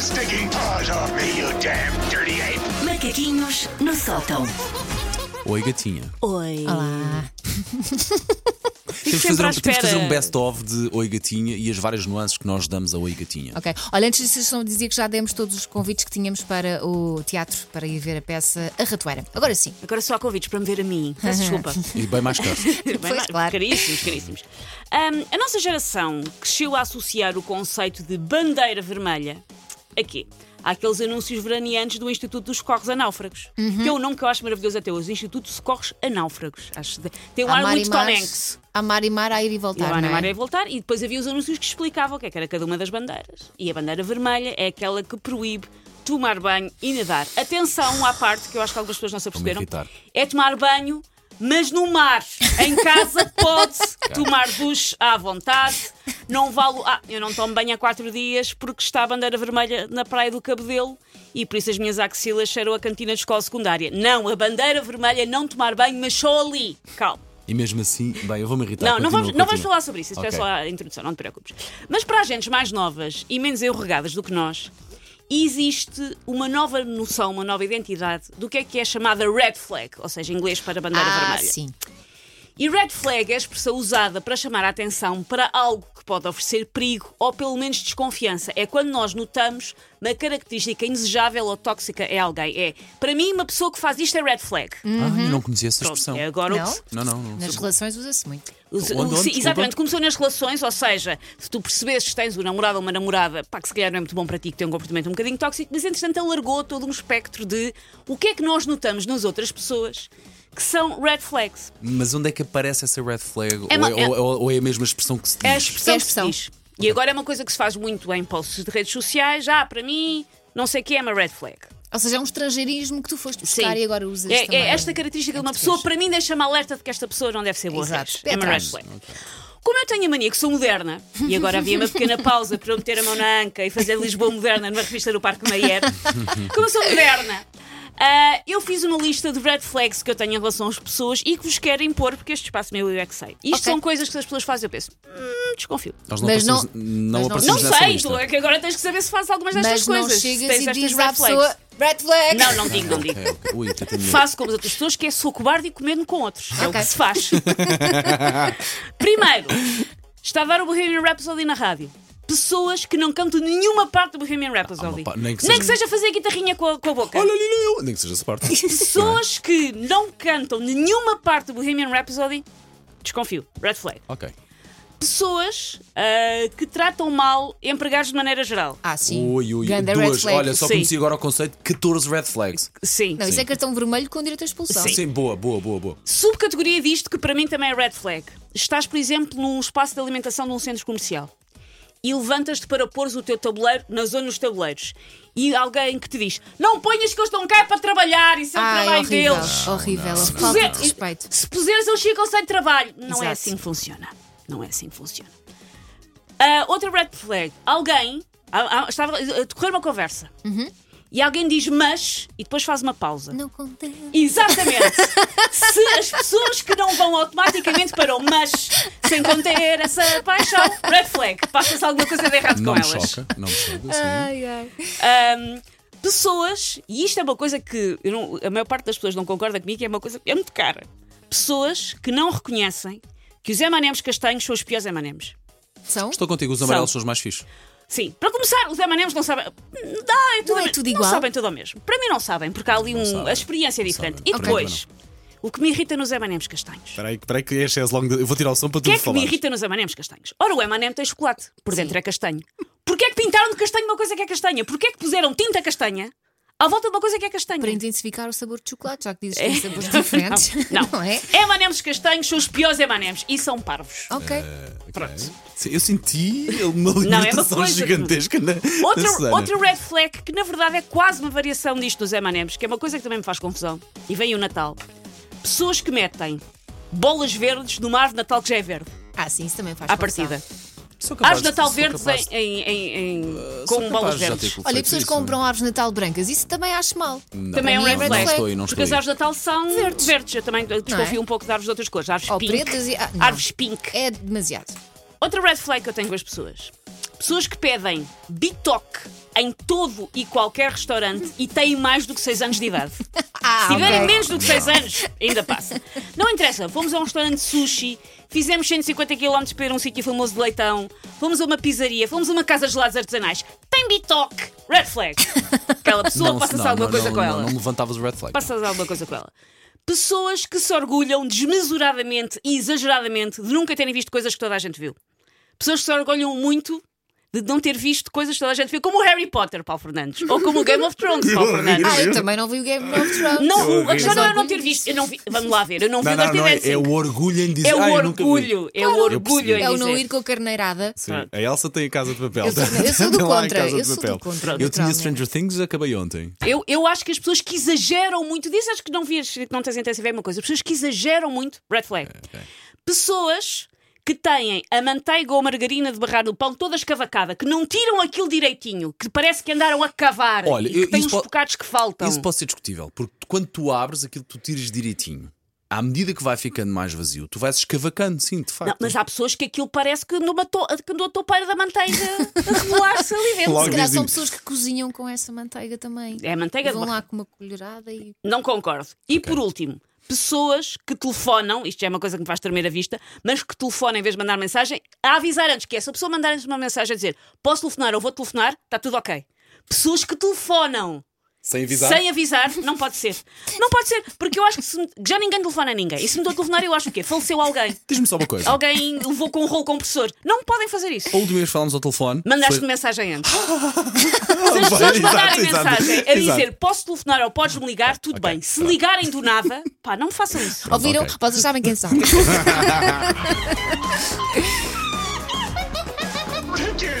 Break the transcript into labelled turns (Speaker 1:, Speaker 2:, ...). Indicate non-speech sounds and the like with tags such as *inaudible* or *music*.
Speaker 1: sticking paws off me, you damn dirty ape!
Speaker 2: Macaquinhos no sótão.
Speaker 3: Oi, gatinha.
Speaker 2: Oi.
Speaker 4: Olá.
Speaker 3: Temos que
Speaker 4: sempre
Speaker 3: fazer,
Speaker 4: à
Speaker 3: um, temos que fazer
Speaker 4: espera.
Speaker 3: um best-of de Oi, gatinha e as várias nuances que nós damos a Oi, gatinha.
Speaker 4: Ok. Olha, antes disso, só dizia que já demos todos os convites que tínhamos para o teatro, para ir ver a peça A Ratoeira. Agora sim.
Speaker 5: Agora só há convites para me ver a mim. Peço desculpa.
Speaker 3: *laughs* E bem mais caro.
Speaker 5: Bem,
Speaker 4: Pois,
Speaker 5: mas-
Speaker 4: claro.
Speaker 5: Caríssimos, caríssimos. Ahm, a nossa geração cresceu a associar o conceito de bandeira vermelha a quê? Àqueles anúncios veranianos do Instituto dos Socorros a Náufragos.
Speaker 4: Uhum.
Speaker 5: Que é o nome que eu acho maravilhoso até hoje. Instituto de Socorros a Náufragos. Acho de- Tem um ar
Speaker 4: Amar e
Speaker 5: muito Tom
Speaker 4: mar,
Speaker 5: Hanks.
Speaker 4: Amar e mar a ir e
Speaker 5: E
Speaker 4: voltar.
Speaker 5: a
Speaker 4: não é?
Speaker 5: Ana ia voltar e depois havia os anúncios que explicavam o que, é que era cada uma das bandeiras. E a bandeira vermelha é aquela que proíbe tomar banho e nadar. Atenção à parte que eu acho que algumas pessoas não se aperceberam.
Speaker 3: irritar.
Speaker 5: É tomar banho, mas no mar.
Speaker 4: *laughs*
Speaker 5: Em casa pode-se tomar duche à vontade. Não vale. Ah, eu não tomo banho há quatro dias porque está a bandeira vermelha na praia do Cabedelo e por isso as minhas axilas cheiram a cantina de escola secundária. Não, a bandeira vermelha é não tomar banho, mas só ali. Calma.
Speaker 3: E mesmo assim, bem, eu vou me irritar.
Speaker 5: Não, não
Speaker 3: Continua,
Speaker 5: vamos, não vamos
Speaker 3: continua.
Speaker 5: falar sobre isso, isso é
Speaker 3: Ok. Ah,
Speaker 5: só a introdução, não te preocupes. Mas para as gentes mais novas e menos enrugadas do que nós, existe uma nova noção, uma nova identidade do que é que é chamada red flag, ou seja, em inglês para bandeira
Speaker 4: Ah,
Speaker 5: vermelha.
Speaker 4: sim.
Speaker 5: E red flag é a expressão usada para chamar a atenção para algo que pode oferecer perigo ou pelo menos desconfiança. É quando nós notamos uma característica indesejável ou tóxica a alguém. É, para mim, uma pessoa que faz isto é red flag.
Speaker 3: Ah, eu não conhecia essa
Speaker 5: Pronto,
Speaker 3: expressão.
Speaker 5: é agora o
Speaker 4: Não?
Speaker 5: que se
Speaker 3: Não, não, não.
Speaker 4: Nas relações usa-se muito.
Speaker 5: Os-
Speaker 3: Onde,
Speaker 5: o-
Speaker 3: onde,
Speaker 5: sim,
Speaker 3: desculpa?
Speaker 5: exatamente, começou nas relações, ou seja, se tu percebesses que tens um namorado ou uma namorada, pá, que se calhar não é muito bom para ti, que tem um comportamento um bocadinho tóxico, mas entretanto alargou todo um espectro de o que é que nós notamos nas outras pessoas que são red flags.
Speaker 3: Mas onde é que aparece essa red flag?
Speaker 5: É
Speaker 3: ou,
Speaker 5: uma-
Speaker 3: é,
Speaker 5: é-
Speaker 3: ou- ou- ou é a mesma expressão que se diz?
Speaker 5: É a expressão,
Speaker 4: É a
Speaker 5: que
Speaker 4: expressão.
Speaker 5: se diz. E agora é uma coisa que se faz muito em posts de redes sociais, ah, para mim, não sei o que é uma red flag.
Speaker 4: Ou seja, é um estrangeirismo que tu foste buscar e agora usas
Speaker 5: é,
Speaker 4: também.
Speaker 5: é esta característica de uma
Speaker 4: português.
Speaker 5: pessoa, para mim, deixa-me alerta de que esta pessoa não deve ser boa.
Speaker 4: Exato.
Speaker 5: Reis.
Speaker 4: Pé
Speaker 5: É uma red
Speaker 4: atrás.
Speaker 5: flag. Como eu tenho a mania que sou moderna, e agora havia uma pequena pausa para eu meter a mão na anca e fazer Lisboa Moderna numa revista do Parque Mayer, como eu sou moderna, ah, eu fiz uma lista de red flags que eu tenho em relação às pessoas e que vos quero impor, porque este espaço meu eu é que sei. Isto
Speaker 4: Ok.
Speaker 5: são coisas que as pessoas fazem, eu penso, hum, desconfio.
Speaker 3: Nós não
Speaker 4: Mas não-
Speaker 3: aparecemos, não
Speaker 4: mas não-
Speaker 5: Não
Speaker 3: aparecemos nessa
Speaker 5: sei,
Speaker 3: lista.
Speaker 5: tu é que agora tens que saber se fazes algumas destas
Speaker 4: Mas não
Speaker 5: coisas. se
Speaker 4: chegas
Speaker 5: tens
Speaker 4: e
Speaker 5: estas
Speaker 4: dizes
Speaker 5: red
Speaker 4: à
Speaker 5: flags.
Speaker 4: pessoa é red flag.
Speaker 5: Não, não digo, não digo.
Speaker 3: Ok, ok. Ui, até tenho medo.
Speaker 5: Faço como as outras pessoas, que é sou cobarde e comendo com outros. É o
Speaker 4: Ok.
Speaker 5: que
Speaker 3: *laughs*
Speaker 5: se faz. Primeiro, está a dar o Bohemian Rhapsody na rádio. Pessoas que não cantam nenhuma parte do Bohemian Rhapsody.
Speaker 3: Ah, pá, nem que
Speaker 5: nem
Speaker 3: seja-
Speaker 5: que seja fazer guitarrinha com a, com a boca.
Speaker 3: Olha ali, não, eu. Nem que seja é? essa
Speaker 5: *laughs*
Speaker 3: parte.
Speaker 5: Pessoas que não cantam nenhuma parte do Bohemian Rhapsody, desconfio. Red flag.
Speaker 3: Ok.
Speaker 5: Pessoas ah, que tratam mal empregados de maneira geral.
Speaker 4: Ah, sim.
Speaker 3: Ui, ui,
Speaker 4: Ganda red
Speaker 3: duas.
Speaker 4: flag.
Speaker 3: Olha, só
Speaker 5: Sim.
Speaker 3: conheci agora o conceito de 14 red flags.
Speaker 5: Sim.
Speaker 4: Não, isso é cartão vermelho com direito à expulsão.
Speaker 3: Sim, boa, boa, boa, boa.
Speaker 5: Subcategoria disto que para mim também é red flag. Estás, por exemplo, num espaço de alimentação de um centro comercial e levantas-te para pôres o teu tabuleiro na zona dos tabuleiros e alguém que te diz não ponhas que eles estão cá para trabalhar, isso é o
Speaker 4: Ai,
Speaker 5: trabalho
Speaker 4: horrível.
Speaker 5: deles.
Speaker 4: Horrível.
Speaker 5: Puser-
Speaker 4: Falta de respeito.
Speaker 5: Se puseres, eles ficam sem trabalho. Não é
Speaker 4: Exato.
Speaker 5: assim que funciona. Não é assim que funciona. Ah, outra red flag. Alguém ah, ah, estava a decorrer uma conversa
Speaker 4: Uhum.
Speaker 5: e alguém diz mas e depois faz uma pausa.
Speaker 4: Não contei.
Speaker 5: Exatamente! Se as pessoas que não vão automaticamente para o mas sem conter essa paixão, red flag, passa-se alguma coisa de errado
Speaker 3: Não
Speaker 5: com
Speaker 3: me
Speaker 5: elas. Ah,
Speaker 3: choca, não me choca. sim.
Speaker 4: Ai, ai.
Speaker 5: Ahm, pessoas, e isto é uma coisa que eu não- a maior parte das pessoas não concorda comigo, e é uma coisa que é muito cara. Pessoas que não reconhecem que os M&M's castanhos são os piores M&M's.
Speaker 4: São?
Speaker 3: Estou contigo, os amarelos são os mais fixos.
Speaker 5: Sim, para começar, os M&M's não sabem. Dá, é tudo,
Speaker 4: Não é
Speaker 5: a me-
Speaker 4: tudo igual?
Speaker 5: Não sabem tudo ao mesmo. Para mim, não sabem, porque há ali um-
Speaker 3: sabem.
Speaker 5: a experiência é
Speaker 3: Não
Speaker 5: diferente.
Speaker 3: sabem.
Speaker 5: E
Speaker 3: Ok.
Speaker 5: depois, o que me irrita nos M&M's castanhos.
Speaker 3: Espera aí, espera aí que este é as long. de- Eu vou tirar o som para
Speaker 5: O que
Speaker 3: tu
Speaker 5: é que me
Speaker 3: falares.
Speaker 5: irrita nos M&M's castanhos? Ora, o M&M tem chocolate, por dentro é castanho. Porquê é que pintaram de castanho uma coisa que é castanha? Porquê é que puseram tinta castanha à volta de uma coisa que é castanha? *laughs*
Speaker 4: Para intensificar o sabor de chocolate, já que dizes que tem sabores diferentes.
Speaker 5: É. Não,
Speaker 4: *laughs* Não é? Oh.
Speaker 5: M&M's castanhos são os piores M&M's e são parvos.
Speaker 4: Ok.
Speaker 3: É.
Speaker 5: Pronto.
Speaker 3: Sim, Eu senti uma
Speaker 5: é uma
Speaker 3: libertação
Speaker 5: coisa.
Speaker 3: gigantesca na, na
Speaker 5: Outra,
Speaker 3: Susana.
Speaker 5: outra red flag que na verdade é quase uma variação disto dos M&M's, que é uma coisa que também me faz confusão. E vem o Natal. Pessoas que metem bolas verdes numa árvore de Natal que já é verde,
Speaker 4: Ah, sim, isso também faz
Speaker 5: à
Speaker 4: confusão.
Speaker 5: partida.
Speaker 3: Sou capaz-
Speaker 5: Árvores de Natal
Speaker 3: sou
Speaker 5: verdes
Speaker 3: capaz
Speaker 5: em,
Speaker 3: de- Uh,
Speaker 5: em- em- em-
Speaker 3: sou
Speaker 5: com um
Speaker 3: capaz
Speaker 5: bolas
Speaker 3: de já ter
Speaker 5: verdes.
Speaker 3: colocado
Speaker 4: Olha, e
Speaker 3: Feito
Speaker 4: pessoas que
Speaker 3: isso. é?
Speaker 4: compram árvores de Natal brancas, isso também acho mal.
Speaker 5: Também é
Speaker 4: Para
Speaker 5: um
Speaker 4: mim
Speaker 5: red
Speaker 4: é red
Speaker 5: flag.
Speaker 4: flag.
Speaker 3: estou aí, não
Speaker 5: porque
Speaker 3: estou
Speaker 5: as
Speaker 3: aí.
Speaker 5: árvores de Natal são verdes. Eu também desconfio
Speaker 4: Não é?
Speaker 5: um pouco de árvores de outras cores. Árvores
Speaker 4: Ou
Speaker 5: pink.
Speaker 4: pretas e- ah, não.
Speaker 5: árvores pink.
Speaker 4: É demasiado.
Speaker 5: Outra red flag que eu tenho com as pessoas. Pessoas que pedem bitoque em todo e qualquer restaurante e têm mais do que 6 anos
Speaker 4: *laughs*
Speaker 5: de idade.
Speaker 4: Ah,
Speaker 5: Se tiverem
Speaker 4: ok.
Speaker 5: menos do que 6 anos, ainda passa. Não interessa, fomos a um restaurante de sushi, fizemos 150 km para ir a um sítio famoso de leitão, fomos a uma pizzaria, fomos a uma casa de gelados artesanais. Tem bitoque! Red
Speaker 4: *laughs*
Speaker 5: flag! Aquela pessoa passa-se alguma
Speaker 3: não,
Speaker 5: coisa
Speaker 3: não,
Speaker 5: com
Speaker 3: não,
Speaker 5: ela.
Speaker 3: Não levantavas o red flag.
Speaker 5: Passas alguma coisa com ela. Pessoas que se orgulham desmesuradamente e exageradamente de nunca terem visto coisas que toda a gente viu. Pessoas que se orgulham muito de não ter visto coisas que toda a gente viu, como o Harry Potter, Paulo Fernandes, ou como o Game
Speaker 3: *laughs*
Speaker 5: of Thrones, Paulo Fernandes.
Speaker 4: Ah, eu também não vi o Game of Thrones.
Speaker 5: Não, a
Speaker 4: Mas
Speaker 5: questão não é eu não
Speaker 4: orgulho
Speaker 5: ter
Speaker 4: disso.
Speaker 5: visto. Eu não vi, vamos lá ver, eu não vi
Speaker 3: Não,
Speaker 5: o
Speaker 3: não,
Speaker 5: Dirty
Speaker 3: não, é,
Speaker 5: Dancing.
Speaker 3: é o orgulho em dizer
Speaker 5: É o
Speaker 3: "Ai, eu nunca vi."
Speaker 5: orgulho, é
Speaker 3: Claro,
Speaker 5: o
Speaker 3: eu
Speaker 5: orgulho
Speaker 3: percebi.
Speaker 5: em
Speaker 4: É o não
Speaker 5: dizer.
Speaker 4: ir com a carneirada.
Speaker 3: Sim, a Elsa tem a casa de papel.
Speaker 4: Eu sou- eu
Speaker 3: *laughs*
Speaker 4: sou do
Speaker 3: Não há
Speaker 4: contra,
Speaker 3: Casa de
Speaker 4: eu sou do
Speaker 3: Papel.
Speaker 4: contra,
Speaker 3: Eu tinha
Speaker 4: naturalmente.
Speaker 3: Stranger Things e acabei ontem.
Speaker 5: Eu, eu acho que as pessoas que exageram muito, dizes que não vias, que não tens interesse em ver é uma coisa, as pessoas que exageram muito, red
Speaker 3: É,
Speaker 5: flag. Pessoas que têm a manteiga ou a margarina de barrar no pão toda escavacada, que não tiram aquilo direitinho, que parece que andaram a cavar,
Speaker 3: Olha,
Speaker 5: e que
Speaker 3: eu-
Speaker 5: têm
Speaker 3: isso
Speaker 5: os
Speaker 3: pode-
Speaker 5: bocados que faltam.
Speaker 3: Isso pode ser discutível, porque tu- quando tu abres aquilo tu tiras direitinho, à medida que vai ficando mais vazio, tu vais escavacando, sim, de
Speaker 5: Não,
Speaker 3: facto.
Speaker 5: mas há pessoas que aquilo parece que andou, uma to... que andou a toupeira
Speaker 3: *laughs*
Speaker 5: da manteiga a revelar-se ali dentro.
Speaker 3: Logo
Speaker 4: É, Se calhar
Speaker 3: diz-
Speaker 4: são pessoas que cozinham com essa manteiga também.
Speaker 5: É a manteiga de
Speaker 4: Vão
Speaker 5: barra-
Speaker 4: lá com uma colherada e.
Speaker 5: Não concordo. E por último, pessoas que telefonam, isto já é uma coisa que me faz tremer a vista, mas que telefonam em vez de mandar mensagem, a avisar antes, que é se a pessoa mandar antes uma mensagem a dizer posso telefonar ou vou telefonar, está tudo ok. Pessoas que telefonam
Speaker 3: Sem avisar.
Speaker 5: sem avisar, não pode ser. Não pode ser, porque eu acho que se me- já ninguém telefona a ninguém. E se me dou a telefonar, eu acho o quê? Faleceu alguém.
Speaker 3: Diz-me só uma coisa.
Speaker 5: Alguém levou com um rolo compressor. Não podem fazer isso.
Speaker 3: A última vez que falámos ao telefone.
Speaker 5: Mandaste-me
Speaker 3: foi- Ah,
Speaker 5: mensagem antes. Se as pessoas
Speaker 3: *laughs* Exato,
Speaker 5: mandarem
Speaker 3: exato,
Speaker 5: mensagem a dizer
Speaker 3: exato.
Speaker 5: posso telefonar ou podes me ligar, tudo
Speaker 3: Ok,
Speaker 5: bem. Se
Speaker 3: pronto.
Speaker 5: ligarem do nada, pá, não façam isso.
Speaker 4: Ouviram?
Speaker 3: ok.
Speaker 4: Vocês sabem
Speaker 3: *laughs*
Speaker 4: quem são.
Speaker 1: Take your